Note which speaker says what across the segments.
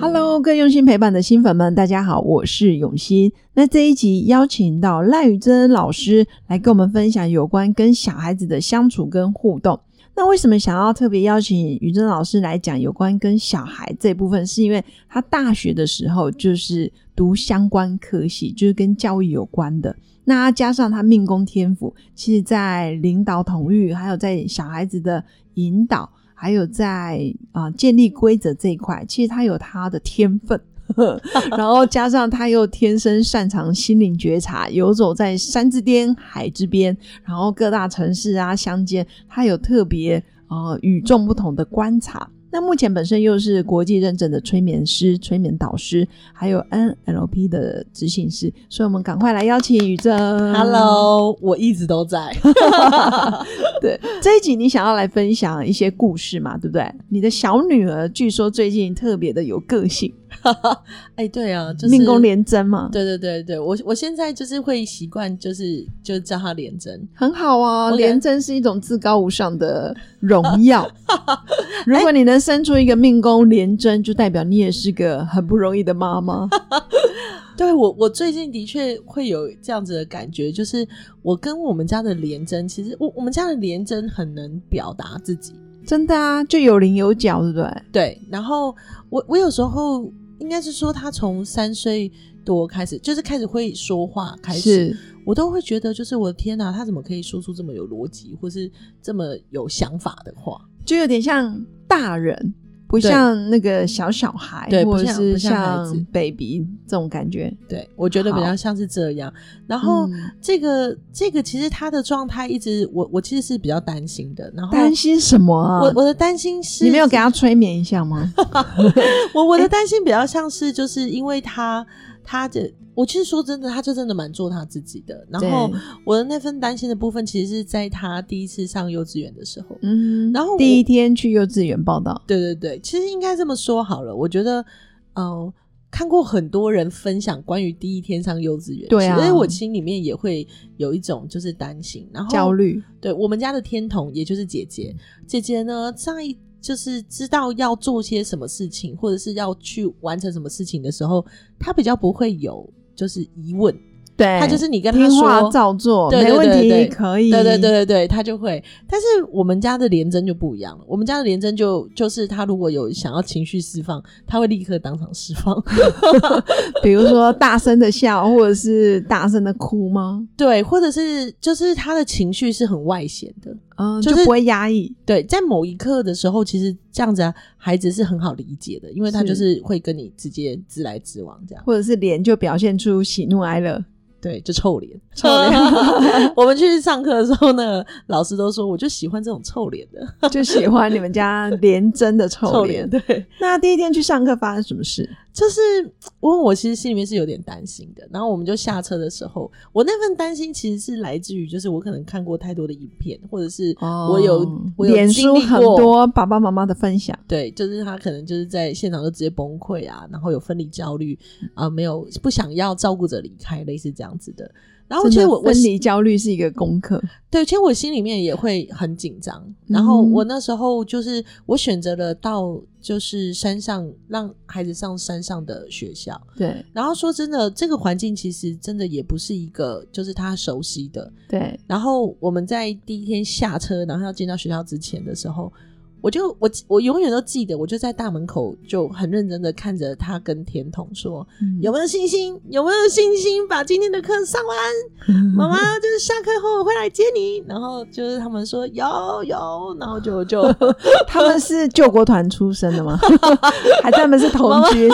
Speaker 1: Hello，各位用心陪伴的新粉们，大家好，我是永新。那这一集邀请到赖宇珍老师来跟我们分享有关跟小孩子的相处跟互动。那为什么想要特别邀请宇珍老师来讲有关跟小孩这部分？是因为他大学的时候就是读相关科系，就是跟教育有关的。那加上他命宫天赋，其实在领导统御，还有在小孩子的引导。还有在啊、呃、建立规则这一块，其实他有他的天分， 呵呵然后加上他又天生擅长心灵觉察，游走在山之巅、海之边，然后各大城市啊乡间，他有特别呃与众不同的观察。那目前本身又是国际认证的催眠师、催眠导师，还有 NLP 的执行师，所以我们赶快来邀请宇正。
Speaker 2: 嗯 Hello，我一直都在。
Speaker 1: 对，这一集你想要来分享一些故事嘛？对不对？你的小女儿据说最近特别的有个性。
Speaker 2: 哎欸，对啊，就是
Speaker 1: 命宫连针嘛。
Speaker 2: 对对对对，我我现在就是会习惯，就是就叫他连针，
Speaker 1: 很好啊。连针是一种至高无上的荣耀。 如果你能生出一个命宫连针，就代表你也是个很不容易的妈 妈。
Speaker 2: 对我，我最近的确会有这样子的感觉，就是我跟我们家的连针，其实我我们家的连针很能表达自己，
Speaker 1: 真的啊，就有棱有角，对不对？
Speaker 2: 对。然后我我有时候。应该是说，他从三岁多开始，就是开始会说话，开始我都会觉得，就是我的天哪、啊，他怎么可以说出这么有逻辑，或是这么有想法的话？
Speaker 1: 就有点像大人，不像那个小小孩，
Speaker 2: 对，
Speaker 1: 或者是
Speaker 2: 像
Speaker 1: baby 这种感觉。
Speaker 2: 对，我觉得比较像是这样。然后这个、嗯、这个其实他的状态一直，我我其实是比较担心的。然后
Speaker 1: 担心什么啊？
Speaker 2: 我我的担心是，
Speaker 1: 你没有给他哎催眠一下 吗？
Speaker 2: 我我的担心比较像是，就是因为他他的。我其实说真的，他就真的蛮做他自己的。然后我的那份担心的部分，其实是在他第一次上幼稚园的时候。
Speaker 1: 嗯，然后第一天去幼稚园报道。
Speaker 2: 对对对，其实应该这么说好了。我觉得，嗯、呃，看过很多人分享关于第一天上幼稚园，
Speaker 1: 对啊，
Speaker 2: 所以我心里面也会有一种就是担心，然后
Speaker 1: 焦虑。嗯
Speaker 2: 对我们家的天童，也就是姐姐，姐姐呢上一。就是知道要做些什么事情，或者是要去完成什么事情的时候，他比较不会有。就是疑问，
Speaker 1: 对
Speaker 2: 他就是你跟他
Speaker 1: 说照做，
Speaker 2: 对对对
Speaker 1: 没问题，可以，
Speaker 2: 对对 对对对，他就会。但是我们家的连针就不一样了，我们家的连针就就是他如果有想要情绪释放，他会立刻当场释放，
Speaker 1: 比如说大声的笑，或者是大声的哭吗？
Speaker 2: 对，或者是就是他的情绪是很外显的，
Speaker 1: 嗯，就是、不会压抑。
Speaker 2: 对，在某一刻的时候，其实这样子啊，孩子是很好理解的，因为他就是会跟你直接直来直往这样，
Speaker 1: 或者是脸就表现出喜怒哀 乐。
Speaker 2: 对，就臭脸，
Speaker 1: 臭脸。
Speaker 2: 我们去上课的时候呢，老师都说我就喜欢这种臭脸的，
Speaker 1: 就喜欢你们家连真的臭脸。
Speaker 2: 对，
Speaker 1: 那第一天去上课发生什么事？
Speaker 2: 就是我我其实心里面是有点担心的。然后我们就下车的时候，我那份担心其实是来自于，就是我可能看过太多的影片，或者是我有、哦、我有经历
Speaker 1: 很多爸爸妈妈的分享。
Speaker 2: 对，就是他可能就是在现场就直接崩溃啊，然后有分离焦虑啊、呃，没有不想要照顾者离开，类似这样。子的，然后其实我
Speaker 1: 分离焦虑是一个功课，
Speaker 2: 对，其实我心里面也会很紧张。
Speaker 1: 嗯
Speaker 2: 然后我那时候就是我选择了到就是山上让孩子上山上的学校，
Speaker 1: 对。
Speaker 2: 然后说真的，这个环境其实真的也不是一个就是他熟悉的，
Speaker 1: 对。
Speaker 2: 然后我们在第一天下车，然后要进到学校之前的时候。我就我我永远都记得，我就在大门口就很认真的看着他跟甜筒说、嗯：“有没有信心？有没有信心把今天的课上完？妈 妈就是下课后我会来接你。”然后就是他们说有有，然后就就
Speaker 1: 他们是救国团出身的 吗？还他们是童军？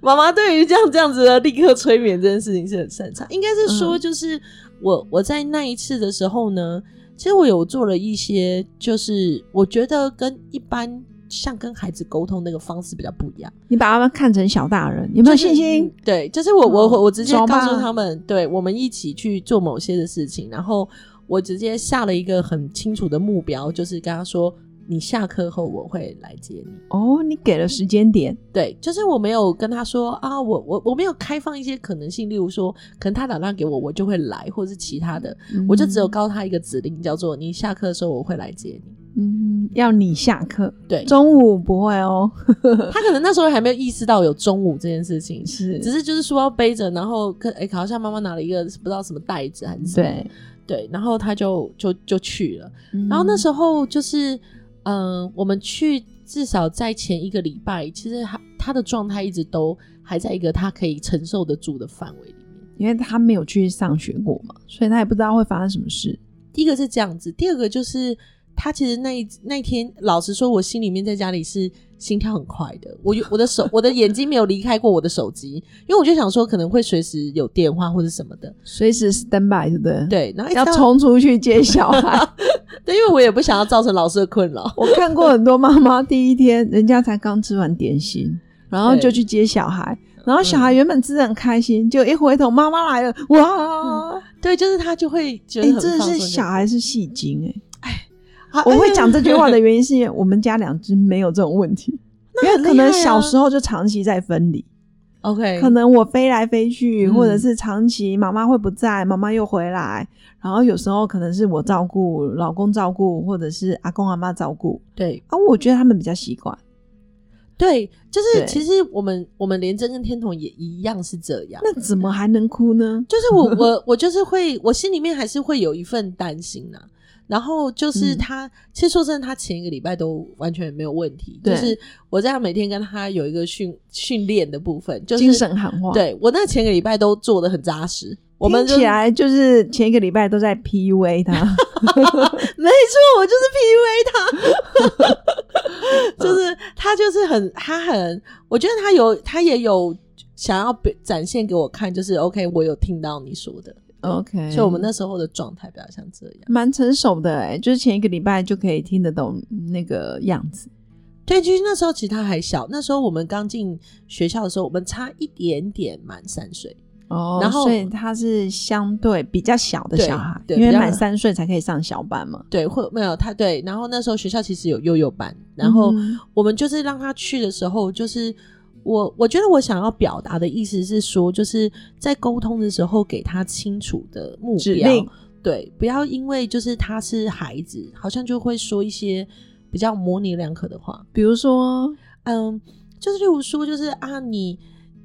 Speaker 2: 妈妈对于这样这样子的立刻催眠这件事情是很擅长，应该是说
Speaker 1: 嗯
Speaker 2: 就是我我在那一次的时候呢。其实我有做了一些，就是我觉得跟一般像跟孩子沟通那个方式比较不一样。
Speaker 1: 你把他们看成小大人，有没有信心？哦
Speaker 2: 就是、对，就是我我我直接告诉他们，对我们一起去做某些的事情，然后。我直接下了一个很清楚的目标，就是跟他说，你下课后我会来接你。
Speaker 1: 哦，你给了时间点，
Speaker 2: 对，就是我没有跟他说啊，我我我没有开放一些可能性，例如说，可能他打电话给我，我就会来，或是其他
Speaker 1: 嗯
Speaker 2: 的，我就只有告诉他一个指令，叫做你下课的时候我会来接你。
Speaker 1: 嗯，要你下课，
Speaker 2: 对，
Speaker 1: 中午不会哦，
Speaker 2: 他可能那时候还没有意识到有中午这件事情，
Speaker 1: 是
Speaker 2: 只是就是书包背着，然后跟哎、好像妈妈拿了一个不知道什么袋子还是什么，
Speaker 1: 对。
Speaker 2: 对，然后他就就就去了。
Speaker 1: 嗯
Speaker 2: 然后那时候就是，嗯、我们去至少在前一个礼拜，其实他他的状态一直都还在一个他可以承受得住的范围里面。
Speaker 1: 因为他没有去上学过嘛，所以他也不知道会发生什么事。
Speaker 2: 第一个是这样子，第二个就是他其实那一那天，老实说，我心里面在家里是心跳很快的，我有我的手我的眼睛没有离开过我的手机，因为我就想说可能会随时有电话或者什么的，
Speaker 1: 随时 stand by，对不对？，
Speaker 2: 对，然后一直
Speaker 1: 要
Speaker 2: 到
Speaker 1: 冲出去接小孩。
Speaker 2: 对，因为我也不想要造成老师的困扰，
Speaker 1: 我看过很多妈妈，第一天人家才刚吃完点心，然后就去接小孩，然后小
Speaker 2: 嗯
Speaker 1: 孩原本吃的很开心，就一回头妈妈来了，哇！
Speaker 2: 对，就是他嗯就会觉
Speaker 1: 哎、
Speaker 2: 得很
Speaker 1: 真的
Speaker 2: 放
Speaker 1: 是
Speaker 2: 松
Speaker 1: 小孩是戏精哎、
Speaker 2: 好
Speaker 1: 我会讲这句话的
Speaker 2: 哎
Speaker 1: 原因是因为我们家两只没有这种问题，因为
Speaker 2: 很
Speaker 1: 可
Speaker 2: 厉
Speaker 1: 能
Speaker 2: 害
Speaker 1: 小
Speaker 2: 啊
Speaker 1: 时候就长期在分离，
Speaker 2: ，OK，
Speaker 1: 可能我飞来飞去，
Speaker 2: 嗯
Speaker 1: 或者是长期妈妈会不在，妈妈又回来，然后有时候可能是我照顾，老公照顾，或者是阿公阿妈照顾
Speaker 2: 对
Speaker 1: 啊。我觉得他们比较习惯。
Speaker 2: 对，就
Speaker 1: 对
Speaker 2: 是其实我们我们连真跟天童也一样是这样。
Speaker 1: 那怎么还能哭呢？
Speaker 2: 就是 我我我就是会，我心里面还是会有一份担心呐、然后就是
Speaker 1: 嗯
Speaker 2: 他，其实说真的，他前一个礼拜都完全没有问题。
Speaker 1: 对
Speaker 2: 就是我这样每天跟他有一个训训练的部分，就是
Speaker 1: 精神喊话，，
Speaker 2: 对我那前个礼拜都做的很扎实。我们就
Speaker 1: 听起来就是前一个礼拜都在 PUA 他，
Speaker 2: 没错，我就是 PUA 他， 就是他就是很他很，我觉得他有他也有想要表展现给我看，就是 OK，我有听到你说的，
Speaker 1: OK，
Speaker 2: 所以我们那时候的状态比较像这样。
Speaker 1: 蛮成熟的哎、就是前一个礼拜就可以听得懂那个样子。
Speaker 2: 对，其实那时候其实他还小，那时候我们刚进学校的时候，我们差一点点满三岁。
Speaker 1: 哦
Speaker 2: 然后
Speaker 1: 所以他是相对比较小的
Speaker 2: 对
Speaker 1: 小孩，
Speaker 2: 对
Speaker 1: 因为
Speaker 2: 比较
Speaker 1: 满三岁才可以上小班嘛。
Speaker 2: 对，或没有他对，然后那时候学校其实有幼幼班，然后
Speaker 1: 嗯
Speaker 2: 我们就是让他去的时候，就是我我觉得我想要表达的意思是说，就是在沟通的时候给他清楚的目
Speaker 1: 指
Speaker 2: 标
Speaker 1: 令，
Speaker 2: 对，不要因为就是他是孩子，好像就会说一些比较模棱两可的话。
Speaker 1: 比如说，
Speaker 2: 嗯，就是例如说，就是啊，你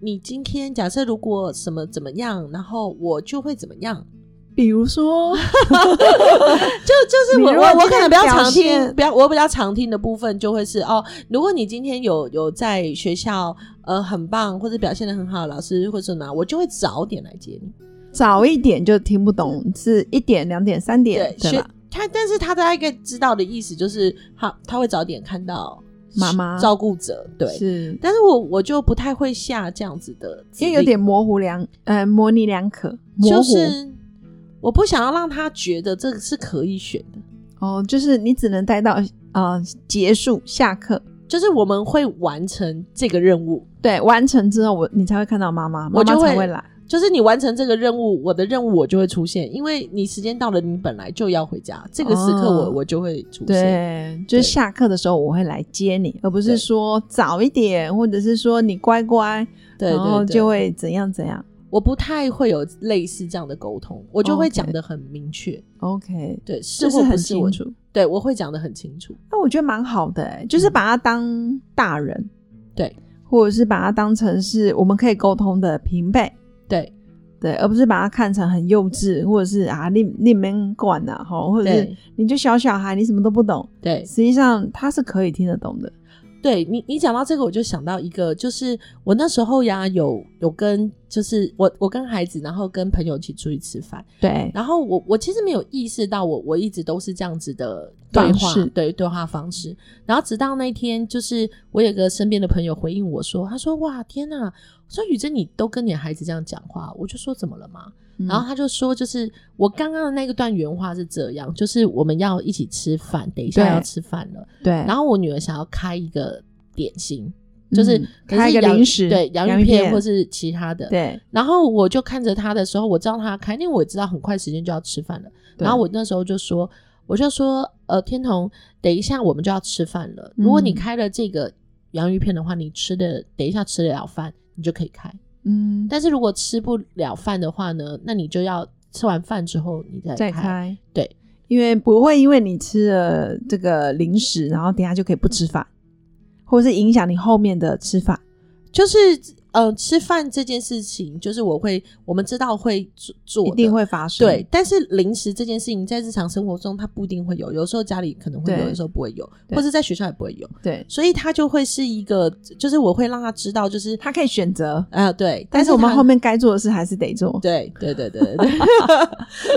Speaker 2: 你今天假设如果什么怎么样，然后我就会怎么样，
Speaker 1: 比如 说，
Speaker 2: 就就是
Speaker 1: 你
Speaker 2: 我
Speaker 1: 如果
Speaker 2: 我我
Speaker 1: 今
Speaker 2: 可
Speaker 1: 天
Speaker 2: 能比较
Speaker 1: 表
Speaker 2: 常听，
Speaker 1: 现
Speaker 2: 比较我比较常听的部分就会是哦，如果你今天有有在学校呃很棒或者表现的很好，老师或者什么，我就会早点来接你。
Speaker 1: 早一点就听不懂，是一点、两点、三点，对
Speaker 2: 学
Speaker 1: 吧？
Speaker 2: 他，但是他大概知道的意思就是他他会早点看到
Speaker 1: 妈妈
Speaker 2: 照顾者，对。
Speaker 1: 是，
Speaker 2: 但是我我就不太会下这样子的指
Speaker 1: 因
Speaker 2: 令，
Speaker 1: 为有点模糊两，呃，模棱两可，模
Speaker 2: 就
Speaker 1: 糊、
Speaker 2: 是我不想要让他觉得这个是可以选的，
Speaker 1: 哦，就是你只能待到呃结束下课，
Speaker 2: 就是我们会完成这个任务，
Speaker 1: 对，完成之后我你才会看到妈妈，妈
Speaker 2: 我就
Speaker 1: 妈才
Speaker 2: 会
Speaker 1: 会来，
Speaker 2: 就是你完成这个任务，我的任务我就会出现，因为你时间到了，你本来就要回家，这个时刻我、
Speaker 1: 哦
Speaker 2: 我就会出现。
Speaker 1: 对，就是下课的时候我会来接你，而不是
Speaker 2: 对
Speaker 1: 说早一点，或者是说你乖乖，
Speaker 2: 对
Speaker 1: 然后
Speaker 2: 对对，
Speaker 1: 就会怎样怎样。
Speaker 2: 我不太会有类似这样的沟通，我就会
Speaker 1: OK
Speaker 2: 讲的很明确
Speaker 1: OK，
Speaker 2: 对，是
Speaker 1: 就是
Speaker 2: 或不
Speaker 1: 很
Speaker 2: 是我
Speaker 1: 清，楚。
Speaker 2: 对我会讲的很清楚，
Speaker 1: 那我觉得蛮好的、欸，就是把他当大人，
Speaker 2: 对，
Speaker 1: 或者是把他当成是我们可以沟通的平辈，
Speaker 2: 对
Speaker 1: 对，而不是把他看成很幼稚，或者是啊你你们管呐、啊，吼，或者是
Speaker 2: 对
Speaker 1: 你就小小孩，你什么都不懂，
Speaker 2: 对
Speaker 1: 实际上他是可以听得懂的。
Speaker 2: 对你，你讲到这个，我就想到一个，就是我那时候呀，有有跟，就是我我跟孩子，然后跟朋友一起出去吃饭，
Speaker 1: 对，
Speaker 2: 然后我我其实没有意识到我，我一直都是这样子的对
Speaker 1: 方
Speaker 2: 话
Speaker 1: 式，
Speaker 2: 对对话方式。然后直到那一天，就是我有个身边的朋友回应我说，他说：“哇，天呐！”我说：“雨珍，你都跟你孩子这样讲话。”我就说：“怎么了嘛？”
Speaker 1: 嗯
Speaker 2: 然后他就说，就是我刚刚的那个段原话是这样，就是我们要一起吃饭，等一下
Speaker 1: 对
Speaker 2: 要吃饭了。
Speaker 1: 对，
Speaker 2: 然后我女儿想要开一个点心，就是
Speaker 1: 嗯
Speaker 2: 可能
Speaker 1: 开
Speaker 2: 是
Speaker 1: 个
Speaker 2: 洋
Speaker 1: 零食
Speaker 2: 对洋
Speaker 1: 洋
Speaker 2: 芋
Speaker 1: 芋片
Speaker 2: 片或是其他的。
Speaker 1: 对，
Speaker 2: 然后我就看着他的时候，我知道他开，因为我知道很快时间就要吃饭了。
Speaker 1: 对
Speaker 2: 然后我那时候就说，我就说，呃，天童，等一下我们就要吃饭了。如果你
Speaker 1: 嗯
Speaker 2: 开了这个洋芋片的话，你吃的等一下吃得了饭，你就可以开。
Speaker 1: 嗯，
Speaker 2: 但是如果吃不了饭的话呢，那你就要吃完饭之后你再
Speaker 1: 再
Speaker 2: 开。
Speaker 1: 开，
Speaker 2: 对，
Speaker 1: 因为不会因为你吃了这个零食，然后等一下就可以不吃饭，或者是影响你后面的吃饭。
Speaker 2: 就是呃，吃饭这件事情，就是我会我们知道会做做
Speaker 1: 一
Speaker 2: 的，
Speaker 1: 定会发生。
Speaker 2: 对，，但是零食这件事情在日常生活中它不一定会有，有时候家里可能会有，
Speaker 1: 对
Speaker 2: 有时候不会有，
Speaker 1: 对
Speaker 2: 或者在学校也不会有，
Speaker 1: 对，
Speaker 2: 所以它就会是一个，就是我会让他知道，就是
Speaker 1: 他可以选择，
Speaker 2: 啊、对，
Speaker 1: 但是我们
Speaker 2: 它
Speaker 1: 后。面该做的事还是得做，
Speaker 2: 对对对对对对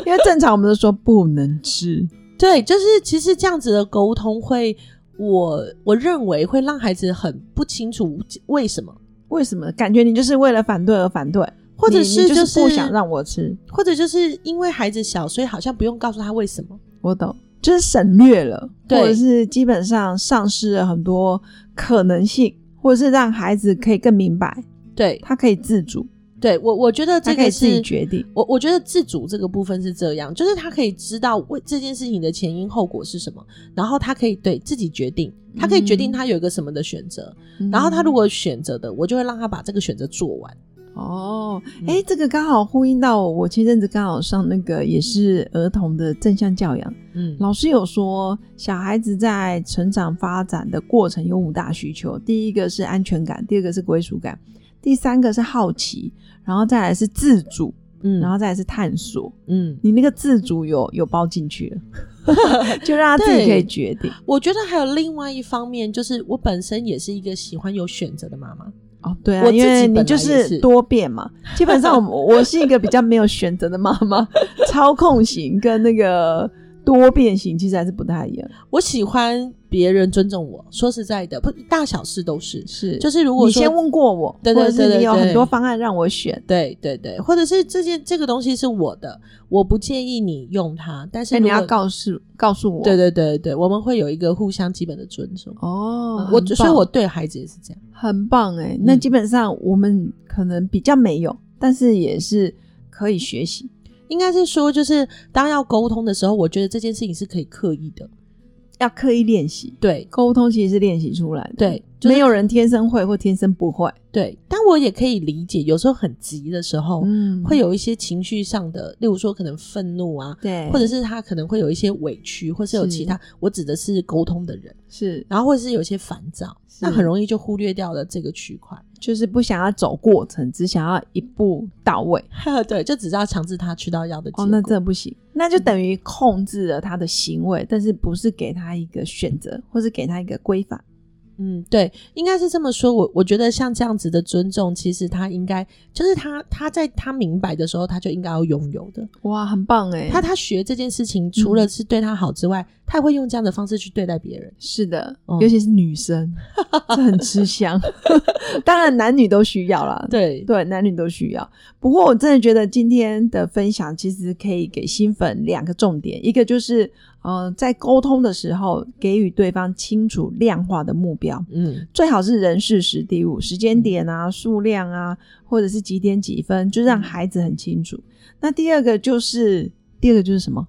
Speaker 1: 因为正常我们都说不能吃。
Speaker 2: 对，就是其实这样子的沟通会，我我认为会让孩子很不清楚为什么，
Speaker 1: 为什么？感觉你就是为了反对而反对，
Speaker 2: 或者
Speaker 1: 你
Speaker 2: 是
Speaker 1: 你
Speaker 2: 就
Speaker 1: 就是不想让我吃。
Speaker 2: 或者就是因为孩子小，所以好像不用告诉他为什么。
Speaker 1: 我懂，就是省略了，
Speaker 2: 对
Speaker 1: 或者是基本上丧失了很多可能性，或者是让孩子可以更明白，
Speaker 2: 对，
Speaker 1: 他可以自主，
Speaker 2: 对我我觉得
Speaker 1: 他
Speaker 2: 这
Speaker 1: 可以
Speaker 2: 个
Speaker 1: 自
Speaker 2: 是
Speaker 1: 己决定。
Speaker 2: 我我觉得自主这个部分是这样，就是他可以知道为这件事情的前因后果是什么，然后他可以对自己决定，他可以决定
Speaker 1: 嗯
Speaker 2: 他有一个什么的选择，然后他如
Speaker 1: 果。
Speaker 2: 果选择的，我就会让他把这个选择做完。
Speaker 1: 哦，
Speaker 2: 嗯
Speaker 1: 哎、这个刚好呼应到我前阵子刚好上那个也是儿童的正向教养，
Speaker 2: 嗯
Speaker 1: 老师有说小孩子在成长发展的过程有五大需求，第一个是安全感，第二个是归属感，第三个是好奇，然后再来是自主，
Speaker 2: 嗯
Speaker 1: 然后再来是探索。
Speaker 2: 嗯，
Speaker 1: 你那个自主有有包进去了， 就让他自己可以决定。
Speaker 2: 我觉得还有另外一方面，就是我本身也是一个喜欢有选择的妈妈。
Speaker 1: 哦，对啊，
Speaker 2: 我自己
Speaker 1: 因为
Speaker 2: 本来
Speaker 1: 你就
Speaker 2: 也是
Speaker 1: 多变嘛。基本上我， 我是一个比较没有选择的妈妈， 操控型跟那个多变型其实还是不太一样。
Speaker 2: 我喜欢别人尊重我，说实在的，不大小事都是，
Speaker 1: 是，
Speaker 2: 就是如果
Speaker 1: 你
Speaker 2: 说
Speaker 1: 先问过我，
Speaker 2: 对对
Speaker 1: 或者
Speaker 2: 对
Speaker 1: 是
Speaker 2: 对
Speaker 1: 你有
Speaker 2: 对
Speaker 1: 很多方案让我选。
Speaker 2: 对对对，或者是这件这个东西是我的，我不建议你用它，但是
Speaker 1: 哎，
Speaker 2: 如
Speaker 1: 你
Speaker 2: 果、
Speaker 1: 要告诉告诉我，
Speaker 2: 对对对对，我们会有一个互相基本的尊重。
Speaker 1: 哦，
Speaker 2: 我
Speaker 1: 很
Speaker 2: 所以，
Speaker 1: 棒
Speaker 2: 我嗯对孩子也是这样。
Speaker 1: 很棒哎、那基本上我们可能比较没有，但是也是可以学习，
Speaker 2: 应该是说，就是当要沟通的时候，我觉得这件事情是可以刻意的。
Speaker 1: 要刻意练习。
Speaker 2: 对
Speaker 1: 沟通其实是练习出来的，
Speaker 2: 对就是
Speaker 1: 没有人天生会或天生不会，
Speaker 2: 对，但我也可以理解，有时候很急的时候，
Speaker 1: 嗯
Speaker 2: 会有一些情绪上的，例如说可能愤怒啊，
Speaker 1: 对，
Speaker 2: 或者是他可能会有一些委屈，或是有其他。我指的是沟通的人，
Speaker 1: 是
Speaker 2: 然后或者是有一些烦躁，
Speaker 1: 是
Speaker 2: 那很容易就忽略掉了这个区块。
Speaker 1: 就是不想要走过程，只想要一步到位。
Speaker 2: 对，就只知道强制他去到要的结果。
Speaker 1: 哦，那这不行，那就等于控制了他的行为，但是不是给他一个选择，或是给他一个规范。
Speaker 2: 嗯，对，应该是这么说。我我觉得像这样子的尊重，其实他应该就是他他在他明白的时候，他就应该要拥有的。
Speaker 1: 哇，很棒哎，
Speaker 2: 他他学这件事情，除
Speaker 1: 嗯
Speaker 2: 了是对他好之外，他也会用这样的方式去对待别人。
Speaker 1: 是的，
Speaker 2: 嗯
Speaker 1: 尤其是女 生，这很吃香。 当然，男女都需要啦，
Speaker 2: 对
Speaker 1: 对，男女都需要。不过我真的觉得今天的分享其实可以给新粉两个重点，一个就是呃，在沟通的时候给予对方清楚量化的目标，
Speaker 2: 嗯
Speaker 1: 最好是人事时地物、时间点啊、数量啊，或者是几点几分，就
Speaker 2: 嗯
Speaker 1: 让孩子很清楚。那第二个就是，第二个就是什 么？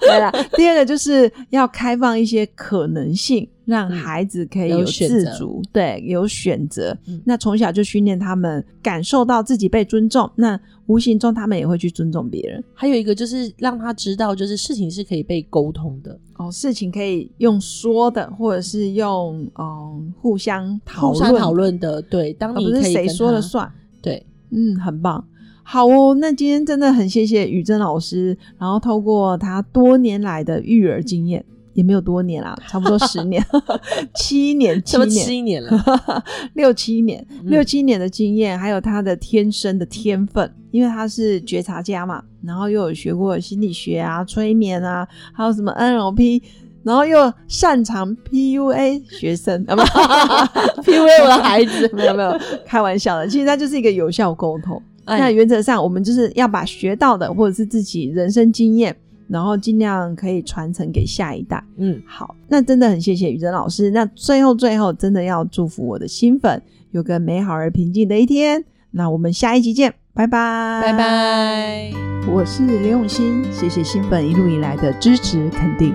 Speaker 1: 对啦，第二个就是要开放一些可能性，让孩子可以
Speaker 2: 嗯有选
Speaker 1: 自
Speaker 2: 择
Speaker 1: 主，对，有选择。
Speaker 2: 嗯
Speaker 1: 那从小就训练他们感受到自己被尊重，那无形中他们也会去尊重别人。
Speaker 2: 还有一个就是让他知道，就是事情是可以被沟通的，
Speaker 1: 哦，事情可以用说的，或者是用嗯互相讨
Speaker 2: 互
Speaker 1: 论
Speaker 2: 相
Speaker 1: 的，
Speaker 2: 讨论的。对，当
Speaker 1: 而
Speaker 2: 你
Speaker 1: 不是
Speaker 2: 可以
Speaker 1: 谁
Speaker 2: 跟
Speaker 1: 说了
Speaker 2: 他
Speaker 1: 算。
Speaker 2: 对，
Speaker 1: 嗯，很棒。好哦，那今天真的很谢谢宇珍老师，然后透过他多年来的育儿经验，也没有多年啦，差不多十年、 七年、七
Speaker 2: 这么
Speaker 1: 年、
Speaker 2: 七年 了，
Speaker 1: 六七年、六七年的经验，还有他的天生的天分，因为他是觉察家嘛，然后又有学过心理学啊、催眠啊，还有什么 NLP，然后又擅长 PUA 学生，啊不
Speaker 2: PUA 我的孩子
Speaker 1: 没有没有，开玩笑的。其实它就是一个有效沟通。
Speaker 2: 哎
Speaker 1: 那原则上，我们就是要把学到的或者是自己人生经验，然后尽量可以传承给下一代。
Speaker 2: 嗯，
Speaker 1: 好，那真的很谢谢宇珍老师。那最后最后，真的要祝福我的新粉有个美好而平静的一天。那我们下一集见，拜拜，
Speaker 2: 拜。拜。
Speaker 1: 我是刘永新，谢谢新粉一路以来的支持肯定。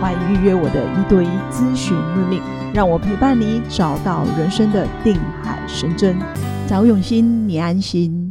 Speaker 1: 欢迎预约我的一对一咨询论命，让我陪伴你找到人生的定海神针。找永新，你安心。